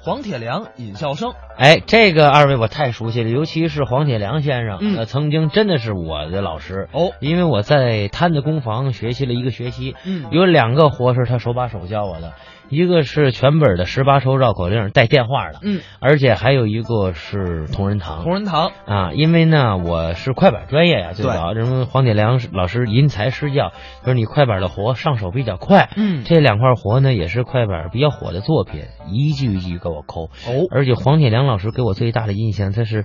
黄铁良、尹笑声。哎，这个二位我太熟悉了，尤其是黄铁良先生，嗯呃，曾经真的是我的老师哦因为我在他的工坊学习了一个学期，嗯有两个活是他手把手教我的，一个是全本的十八抽绕口令带电话的，嗯，而且还有一个是同仁堂，同仁堂。啊，因为呢，我是快板专业呀、最对早人们黄铁良老师因材施教，就是你快板的活上手比较快。嗯这两块活呢也是快板比较火的作品，一句一句给我抠。哦而且黄铁良老师给我最大的印象，他是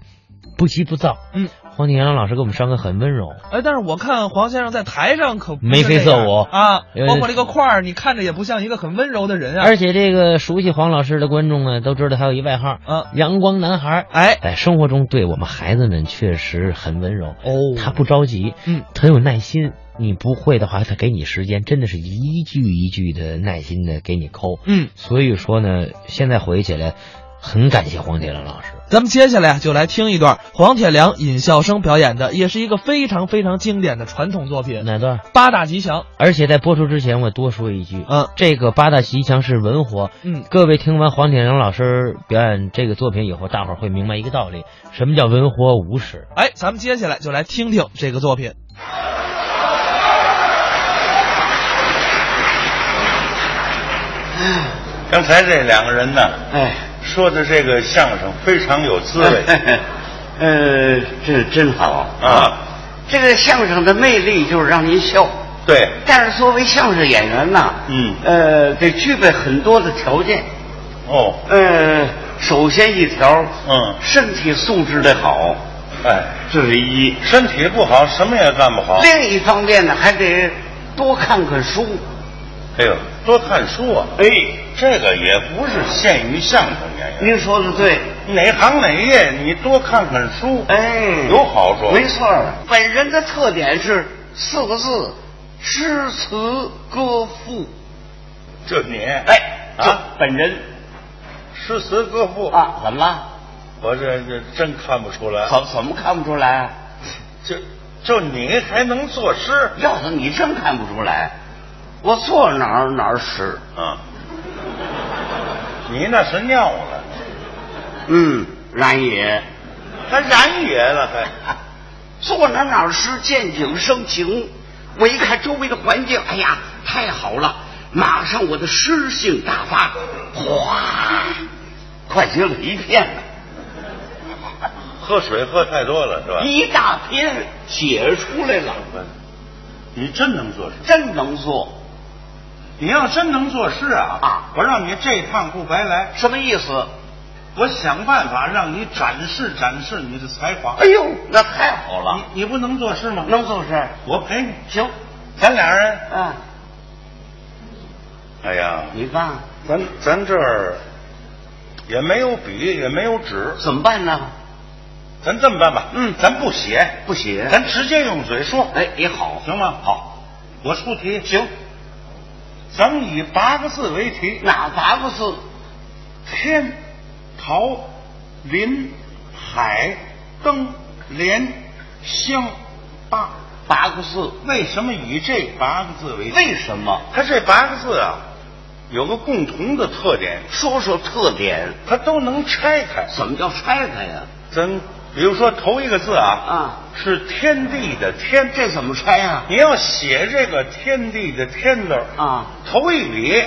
不急不躁。嗯，黄铁良老师给我们上课很温柔。哎，但是我看黄先生在台上可不是眉飞色舞这样啊，因为包括这个块儿，你看着也不像一个很温柔的人啊。而且这个熟悉黄老师的观众呢，都知道他有一外号啊，阳光男孩”。哎，在生活中，对我们孩子们确实很温柔。哦他不着急，嗯，很有耐心。你不会的话，他给你时间，真的是一句一句的耐心的给你抠。嗯，所以说呢，现在回忆起来，很感谢黄铁良老师。咱们接下来啊就来听一段黄铁良、尹笑声表演的，也是一个非常非常经典的传统作品《哪段？八大吉祥》。而且在播出之前，我多说一句，嗯这个八大吉祥是文活。嗯，各位听完黄铁良老师表演这个作品以后，大伙儿会明白一个道理：什么叫文活无始。哎，咱们接下来就来听听这个作品。刚才这两个人呢，哎，说的这个相声非常有滋 味呃，这真好。啊。这个相声的魅力就是让您笑，对，但是作为相声演员呐，嗯呃，得具备很多的条件。哦，呃，首先一条，嗯身体素质得好，哎，这是一。身体不好，什么也干不好。另一方面呢，还得多看看书。哎呦，多看书啊！哎，这个也不是限于相声演员，您说的对，哪行哪业，你多看看书，哎，有好处。没错儿，本人的特点是四个字：诗词歌赋。就你，哎，这啊，本人诗词歌赋，啊，怎么了？我这这真看不出来。怎怎么看不出来啊？就就你还能作诗要是你真看不出来，我坐哪儿哪儿使。啊？你那是尿了，嗯，然也，还染野了还。坐哪儿哪儿诗，见景生情。我一看周围的环境，哎呀，太好了，马上我的诗性大发，哗，快结了一片了。喝水喝太多了是吧？一大篇写出来了，你真能做事，真能做，你要真能做事啊，啊我让你这趟不白来，什么意思？我想办法让你展示展示你的才华。哎呦，那太好了，你你不能做事吗？能做事，我陪你，行，咱俩人。啊，哎呀，你爸咱咱这儿也没有笔，也没有纸，怎么办呢？咱这么办吧，嗯咱不写，不写咱直接用嘴说，哎，也好，行吗？好，我出题，行，咱们以八个字为题，哪八个字？天、桃、林、海、灯、莲、香、八。八个字，为什么以这八个字为？为什么？它这八个字啊，有个共同的特点，说说特点，它都能拆开。怎么叫拆开呀？咱比如说头一个字啊，啊，是天地的天，这怎么拆呀？你要写这个天地的天字儿啊，头一笔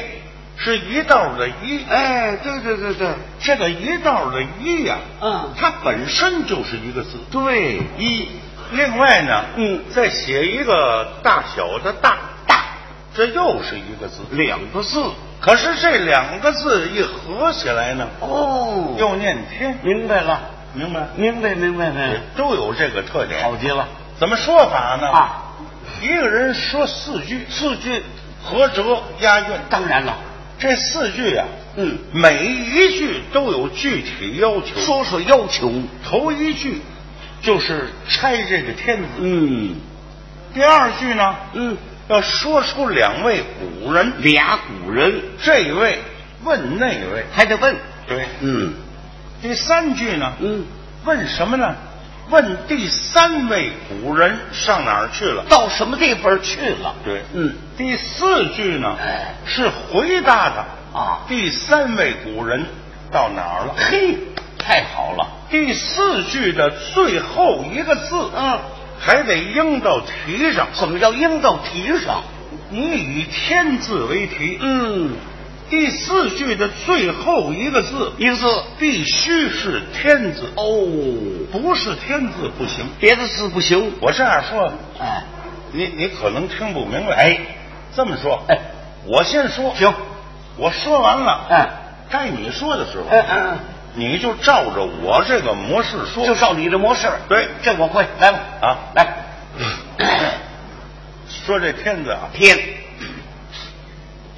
是一道的一，哎，对对对对，这个一道的一呀、嗯它本身就是一个字对，一。另外呢，嗯再写一个大小的大，大这又是一个字。两个字，可是这两个字一合起来呢，哦又念天，明白了，明白？明白明白也明都有这个特白，点。好极了怎么说法呢？啊。一个人说四句，四句合辙押韵。当然了，这四句啊，嗯，每一句都有具体要求。说说要求，头一句就是拆这个天字，嗯第二句呢，嗯，要说出两位古人，俩古人这一位问那一位，还得问，对。嗯第三句呢，嗯，问什么呢？问第三位古人上哪儿去了？到什么地方去了？对嗯第四句呢哎，是回答的啊第三位古人到哪儿了？嘿，太好了，第四句的最后一个字，嗯，还得应到题上。怎么叫应到题上？你以天字为题，嗯，第四句的最后一个字一个字必须是天字，哦，不是天字不行。别的字不行。我这样说，哎，你你可能听不明白。哎，这么说，哎，我先说，行，我说完了，哎，该你说的时候，哎哎，你就照着我这个模式说，就照你的模式。对这我会。来吧，啊来，说这天字啊，天，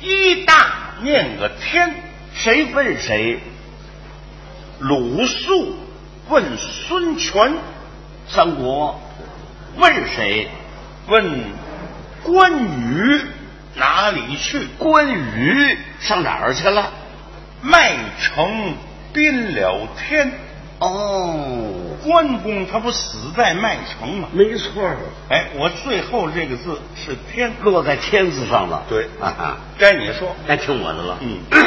一大念个天，谁问谁？鲁肃问孙权，三国问谁？问关羽哪里去？关羽上哪儿去了？麦城宾了天，哦，关公他不死在麦城吗？没错儿，哎，我最后这个字是天，落在天字上了。对啊哈，该你说，该听我的了。嗯，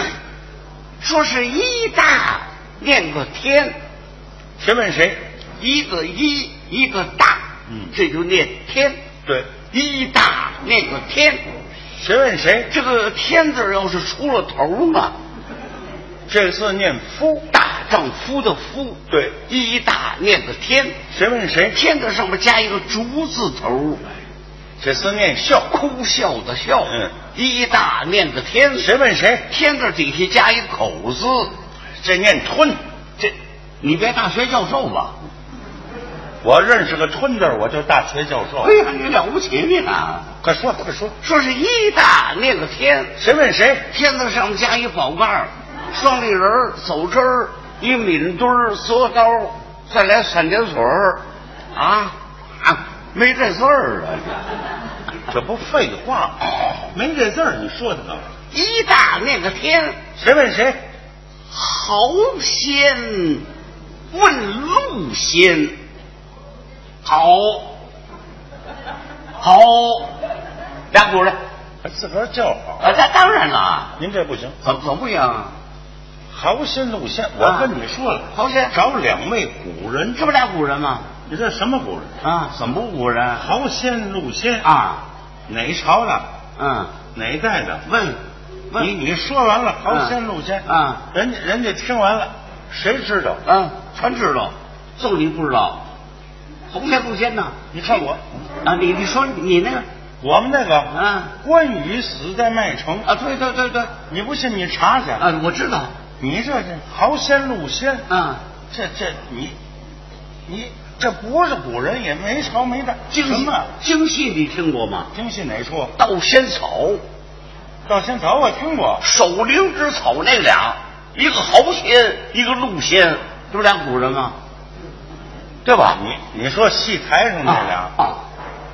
说是一大念个天，谁问谁？一个一，一个大，嗯这就念天，对，一大念个天。谁问谁？这个天字儿要是出了头呢，这个字念夫，大丈夫的夫，对，一大念个天，谁问谁？天字上面加一个竹字头，这字念孝，哭笑的笑，嗯一大念个天，谁问谁？天字底下加一口字，这念吞。这你别大学教授吧？我认识个吞字儿，我就大学教授哎。呀，你了不起你啊！哦快说，快说，说是一大念个天，谁问谁？天字上面加一宝盖儿，双立人儿、走针儿、一敏墩儿、缩刀儿，再来闪电水儿，啊啊，没这字儿啊！ 这不废话吗？没这字儿，你说的呢？一大念个天，谁问谁？豪仙问路仙，好，好，俩鼓了还自个儿叫好。啊！那当然了，您这不行，怎么怎么不行啊？豪心路线，啊我跟你说了，豪仙找两位古人，这不俩古人吗？你这什么古人？啊，怎么不古人豪仙路仙，啊？哪朝的？嗯，哪一代的？问问嗯你你说完了，豪仙路仙啊，人家人家听完了，谁知道？嗯，全知道，就你不知道。红线不仙呢？你看我，啊，你你说你那个我们那个啊关羽死在麦城，啊，对对对对，你不信你查去。啊，我知道你这这豪仙路仙，啊，这这你你这不是古人，也没朝没代，京什戏么京戏你听过吗？京戏哪处？盗仙草，到仙草我听过，守灵之草那俩，一个豪仙，一个鹿仙，这不俩古人吗？对吧？你你说戏台上那俩，嗯啊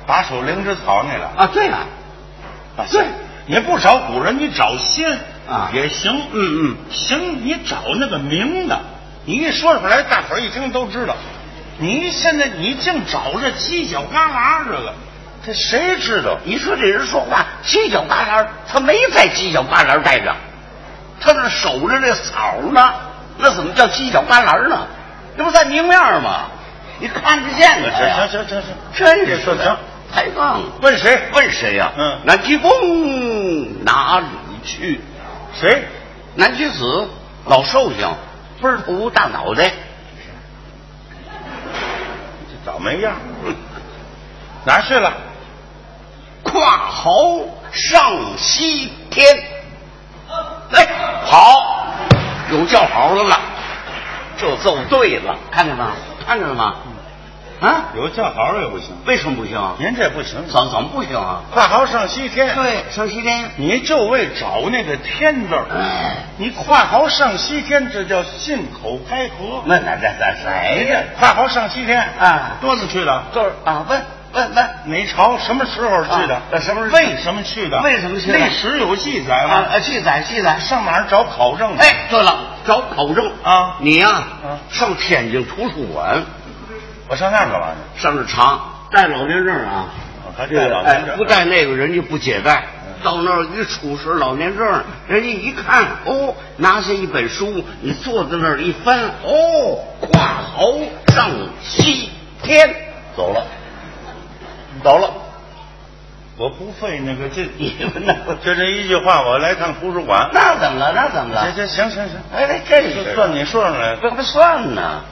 把守灵芝草那俩啊，对了，啊对，你不找古人，你找仙啊也行，嗯嗯，行，你找那个名的，你一说出来，大伙儿一听都知道。你现在你净找这犄角旮旯这个，这谁知道？你说这人说话犄角旮旯，他没在犄角旮旯待着，他那守着这草呢，那怎么叫犄角旮旯呢？那不在明面儿吗？你看得见行的行，呀行行行，真是说行的，，抬杠了。问谁？问谁呀、嗯南极公哪里去？谁？南极子老寿星，倍儿头大脑袋，这倒霉样儿， 哪儿去了？跨壕上西天。哎，好，有叫好的了，这奏对了，看见吗？看见了吗？啊，有叫好也不行，为什么不行？啊您这不行。怎怎么不行啊？跨壕上西天，，对，上西天。你就为找那个天字儿，哎你跨壕上西天，这叫信口开河。那那那那谁谁呀哎呀？？跨壕上西天啊多次去了，就是啊，问问问，哪朝什么时候去的啊？那什么时候为什么去的？哎为什么去的历史有记载啊吗？啊，记载记载。上哪儿找考证？，哎，对了，找考证啊你呀、嗯上天津图书馆我上那儿干嘛去？上这查，带老年证啊哦还带老年证哎哎不带那个人家不解带。嗯到那儿一处是老年证，人家一看哦，拿下一本书，你坐在那儿一翻哦，跨豪上西天走了，走了。我不费那个劲，你们呢？ 就这一句话，我来趟图书 馆。那怎么了？那怎么这了？这行行行，哎，这这这算你说上来怎么算呢？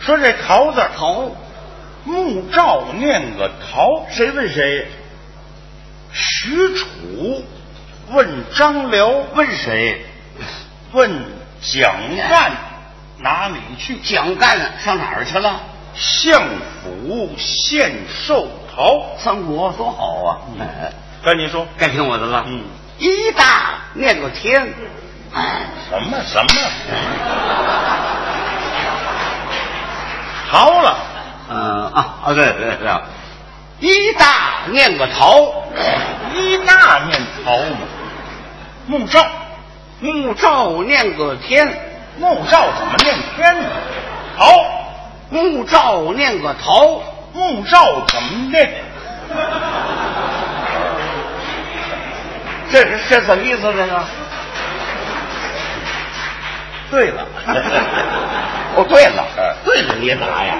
说这桃字儿，头，木照念个桃，谁问谁？许褚问张辽，问谁？ 问蒋干哪里去？蒋干上哪儿去了？相府献寿桃。三国多好啊！哎该你说， 该听我的了。嗯，一大念个天，哎什么什么？桃了，嗯啊啊，对对对，一大念个桃，一大面桃嘛。木照，木照念个天，木照怎么念天呢？桃，木照念个桃，木照怎么念？ 这是这怎么意思？这个？对了， 哦，对了，对了，你答呀，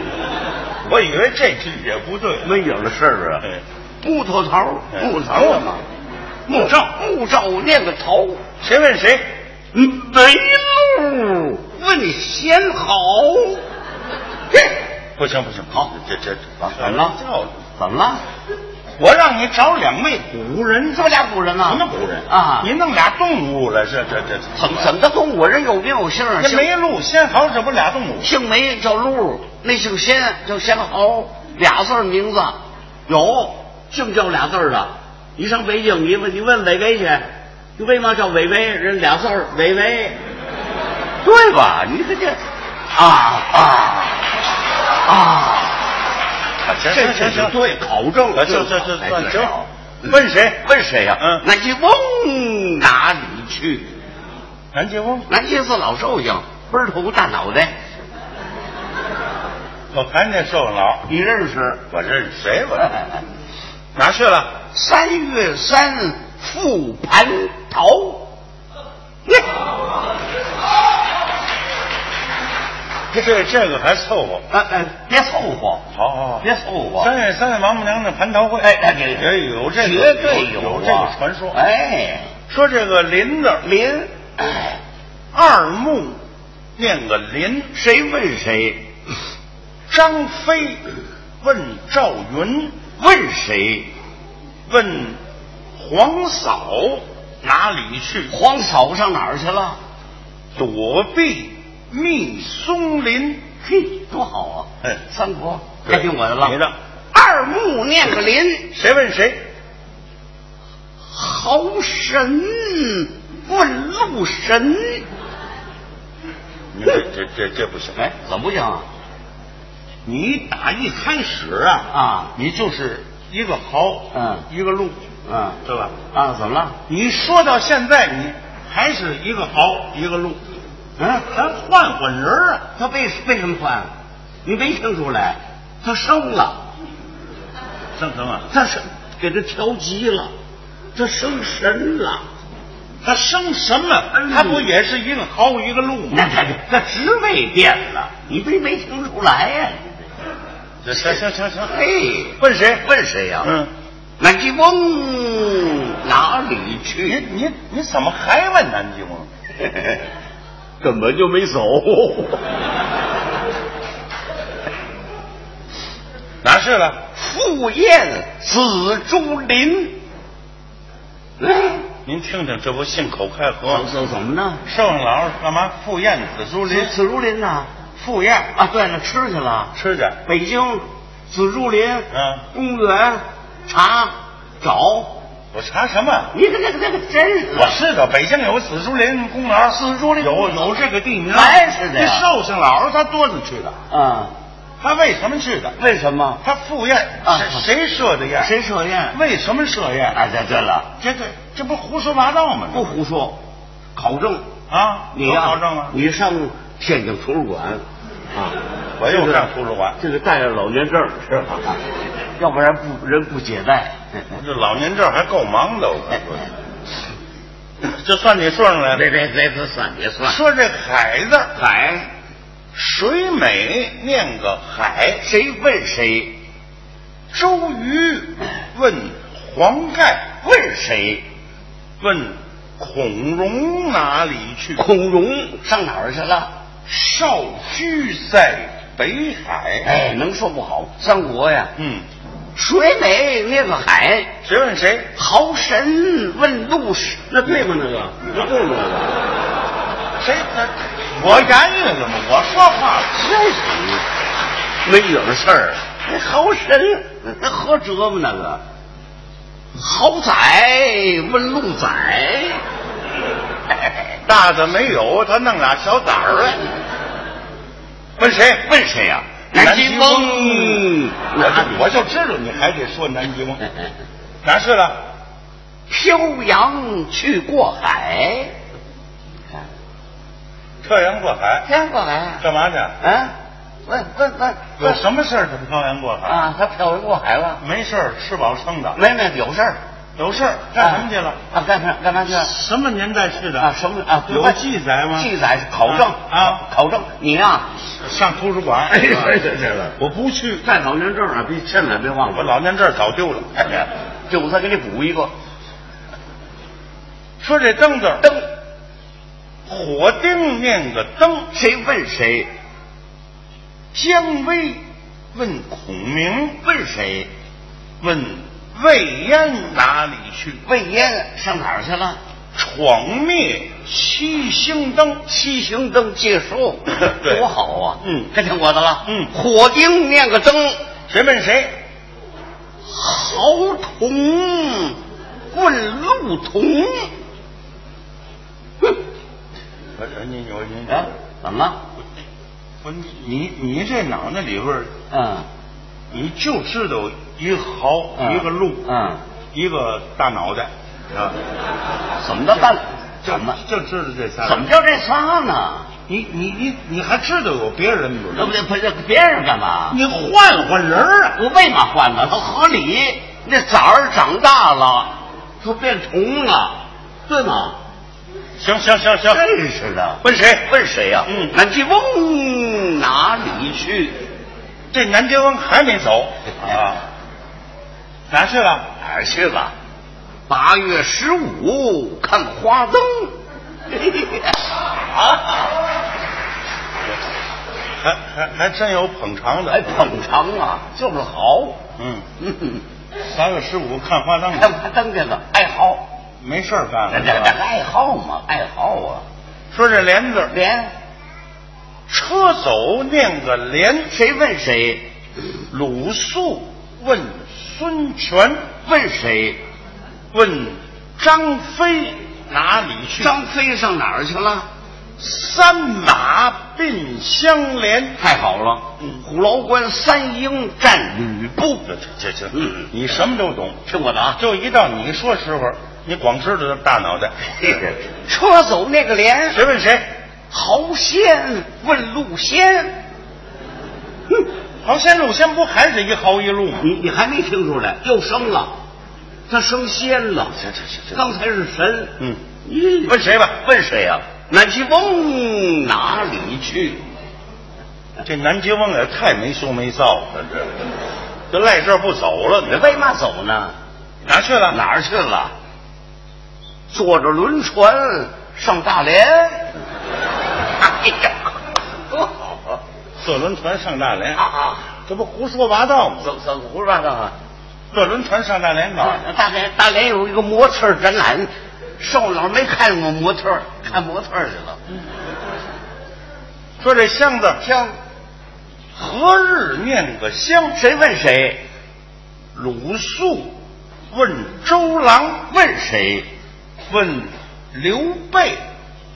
我以为这句也不对。没影的事儿啊对木头桃，哎木头了嘛，木照木照念个桃，谁问谁？没路问仙好，嘿不行不行，好这这这怎么了叫怎么了？我让你找两位古人，什么俩古人呢？什么古人啊？你弄俩动物了，这这这怎么怎么的动物？人有名有姓儿，这姓梅鹿仙桃，这不俩动物？姓梅叫鹿，那姓仙叫仙猴，俩字儿名字有，净叫俩字儿的。你上北京，你问你问伟伟去，你为嘛叫伟伟？人俩字儿伟伟，对吧？你这这啊啊啊！啊行这行行行，对，考证啊这这这哎算对行好。问谁？问谁呀、嗯南极翁哪里去？南极翁。南极是老寿星，奔头大脑袋，我看见寿老，你认识？我认识谁？我哪去了？三月三复蟠桃，你这这这个还凑合。呃呃，别凑合，好好好别凑合，三月三，王母娘娘蟠桃会。哎哎，对也有这个，绝对有有这个传说。啊，哎，说这个林字儿，林，哎，二木念个林，谁问谁？张飞问赵云，问谁？问黄嫂哪里去？黄嫂上哪儿去了？躲避密松林。嘿，多好啊！哎三国对该听我的了。你的二木念个林，谁问谁？豪神问路神。你这这这这不行！哎，怎么不行啊？你打一开始啊啊你就是一个豪，嗯一个路，嗯对吧？啊，怎么了？你说到现在，你还是一个豪，一个路，嗯，咱换换人儿啊！他为为什么换？啊你没听出来？他升了，生成啊，他是给他调级了，他升神了。他生什么？他不也是一个豪，一个路吗那？他他职位变了，你没没听出来呀、行行行行，嘿，问谁？问谁呀、嗯，南极翁哪里你去？你你怎么还问南啊极翁？ 根本就没走。哪是了？ 赴宴紫竹林。嗯，您听听，这不信口开河怎吗？怎怎么 呢？寿星老师干嘛赴宴紫竹林？紫竹林呐、赴宴啊，对了，吃去了。吃去。北京紫竹林，嗯公园查找，我查什么？你这个这个真是我知道北京有紫竹林公园，紫竹林有有这个地名。还是的这呀寿星老师他多次去的，啊？他为什么去的？为什么？他赴宴，啊是谁设的宴？？谁设宴？为什么设宴？哎，对对了，这这这不胡说八道吗？不胡说，考证。啊，你有呀、考证吗？你上天津图书馆啊？我又上图书馆这个带着老年证是吧？ 要不然不人不解带。我这老年证还够忙的，我跟你说。这算你说上来 别了。别别别算别算，说这海字儿，海，水美念个海，谁问谁？周 瑜问黄盖，问谁？问孔融哪里去？孔融上哪儿去了？少居在北海。哎，能说不好？三国呀，嗯，水美那个海，谁问谁？豪神问路是，那对吗？那个那对吗？那个谁？他我言语怎么？我说话了。这没影事儿，那豪哎神那何折吗？那个豪仔问路 仔，大的没有，他弄俩小崽儿来。问谁？问谁呀、南极翁翁，我就我就知道你还得说南极翁，嗯哪去了？漂洋去过海，漂洋过海，漂洋过海啊干嘛去？啊？问问问，有什么事儿？怎么漂洋过海？啊？他漂洋过海了？没事儿，吃饱撑的。没没有事儿，有事儿干什么去了？啊，干嘛干嘛去了？什么年代去的？啊，什么啊？有记载吗？记载是考证啊啊考证。你呀，上图书馆。哎呀对对对了我不去，办老年证啊，别趁了，别忘我老年证早丢了。哎呀，这我再给你补一个说这灯字儿，灯，火丁念个灯，谁问谁？姜维问孔明，问谁？问魏延哪里去？魏延上哪儿去了？闯灭七星灯，七行灯借书 对多好啊！嗯这听我的了。嗯火丁念个灯，谁问谁？豪同问路同。嗯哼我你我你啊，怎么？我啊你你这脑袋里边儿，嗯你就知道一个豪、嗯一个路，嗯，一个大脑袋啊，怎么的办？就怎么就知道这仨。怎么？叫这仨呢？你你你你还知道有别人不那不不是别人干嘛？你换换人儿啊！我为嘛换呢？他合理。那崽儿长大了，他变虫了，对吗？行行行行，真是的。问谁？问谁呀、嗯南极翁哪里去？这南极翁还没走啊？哪去了？哪儿去了？八月十五看花 灯。啊！还还还真有捧场哎，的。捧场啊，就是好。 嗯，嗯，八月十五看花灯，看花灯去了，爱好，没事儿干了这 这是这吧。爱好嘛，爱好啊。说这连字，连车走念个连，谁问谁？鲁肃问孙权，问谁？问张飞哪里去？张飞上哪儿去了？三马并相连，太好了，嗯虎牢关三英战吕布。这这嗯你什么都懂，听我的啊，就一到你说时候，你光知道大脑 袋。车走那个连，谁问谁？豪仙问路仙。哼，好，仙路仙不还是一豪一路吗？你你还没听出来，又升了，他升仙了。这这这刚才是神，嗯，咦，问谁吧？问谁呀、南极翁哪里去？这南极翁也太没羞没臊了，这就赖这儿不走了。你你为嘛走呢？哪去了？哪儿去了？坐着轮船上 大连。哎呀， 多好啊！坐轮船上大连啊，啊，这不胡说八道吗？怎怎么胡说八道啊？哦坐轮船上大连干嘛？大连大连有一个模特展览，瘦老没看过模特，看模特去了。说这箱子像何日念个香？谁问谁？鲁肃问周郎，问谁？问刘备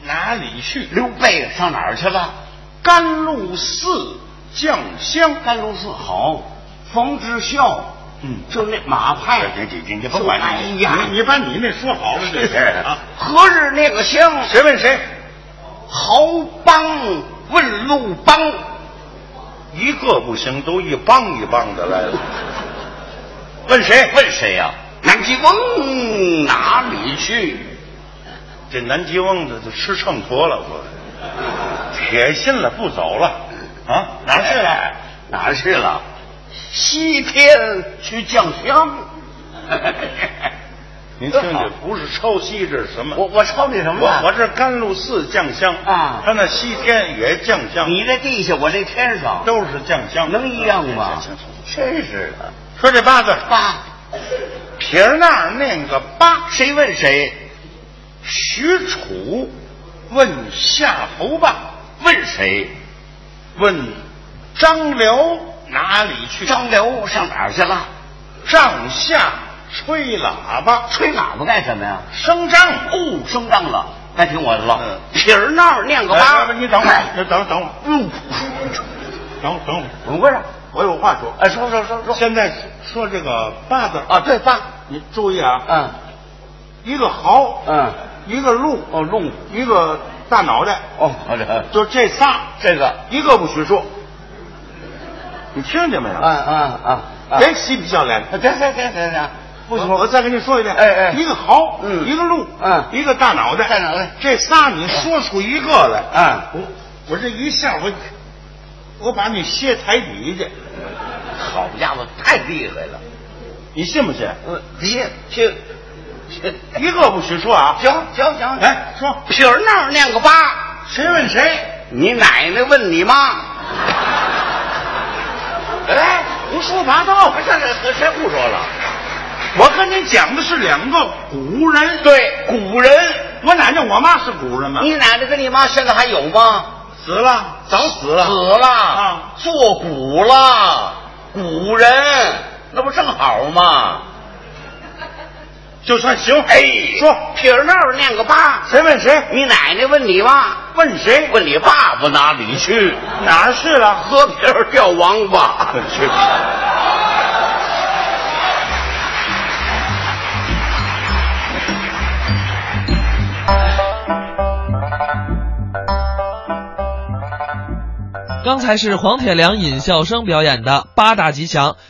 哪里去？刘备上哪儿去了？甘露寺酱香。甘露寺好，冯志孝，嗯就那马派，你你你甭管哎你，呀，你你把你那说好了，这事儿啊。何日那个乡？谁问谁？豪帮问路帮，一个不行，都一帮一帮的 来了。问谁？问谁呀、南极翁哪里去？这南极翁子就吃秤砣了，我铁信了，不走了啊，哪儿去了？哪儿去了？西天去酱 香。您听听，不是抄袭，这是什么？我我抄你什么我了？我这甘露寺酱香啊他那西天也酱香，你这地下，我这天上，都是酱香，啊能一样吗行行行？真是的，说这八字，八，撇儿那儿念个八，谁问谁？许褚问夏侯霸，问谁？问张辽哪里去？张辽上哪儿去了？帐下吹喇叭，吹喇叭干什么呀？声张。啊哦，声张了，该听我的了嗯。撇儿那儿念个哎八，你等会儿，你等等会儿，嗯，等等会儿，怎么回事？我有话说。哎，说说说说。现在说这个八字啊，，对八，你注意啊，嗯一个毫，嗯，一个鹿，哦弄，一个大脑袋，哦，好的，就这仨，这个，一个不许说。你听见没有？啊啊啊，别嬉皮笑脸的。别别别别别，不许说，我再跟你说一遍，哎哎一个毫，嗯一个鹿，嗯一个大脑袋，大脑袋这仨你说出一个来，啊，我我这一下我我把你歇台底去，好家伙，太厉害了！你信不信？呃，别听，行 一个不许说啊！行行，来说，撇儿那儿念个八，谁问谁？你奶奶问你妈。哎，胡说八道！这这谁胡说了？我跟你讲的是两个古人，对，古人，我奶奶我妈是古人嘛，你奶奶跟你妈现在还有吗？死了，早死了，死了啊做古了，古人，那不正好吗？就算行。哎，说撇儿那儿念个八，谁问谁？你奶奶问你妈，问谁？问你爸爸哪里去？啊哪儿去了？喝瓶儿掉王八。去。刚才是黄铁良、尹笑声表演的八大吉祥。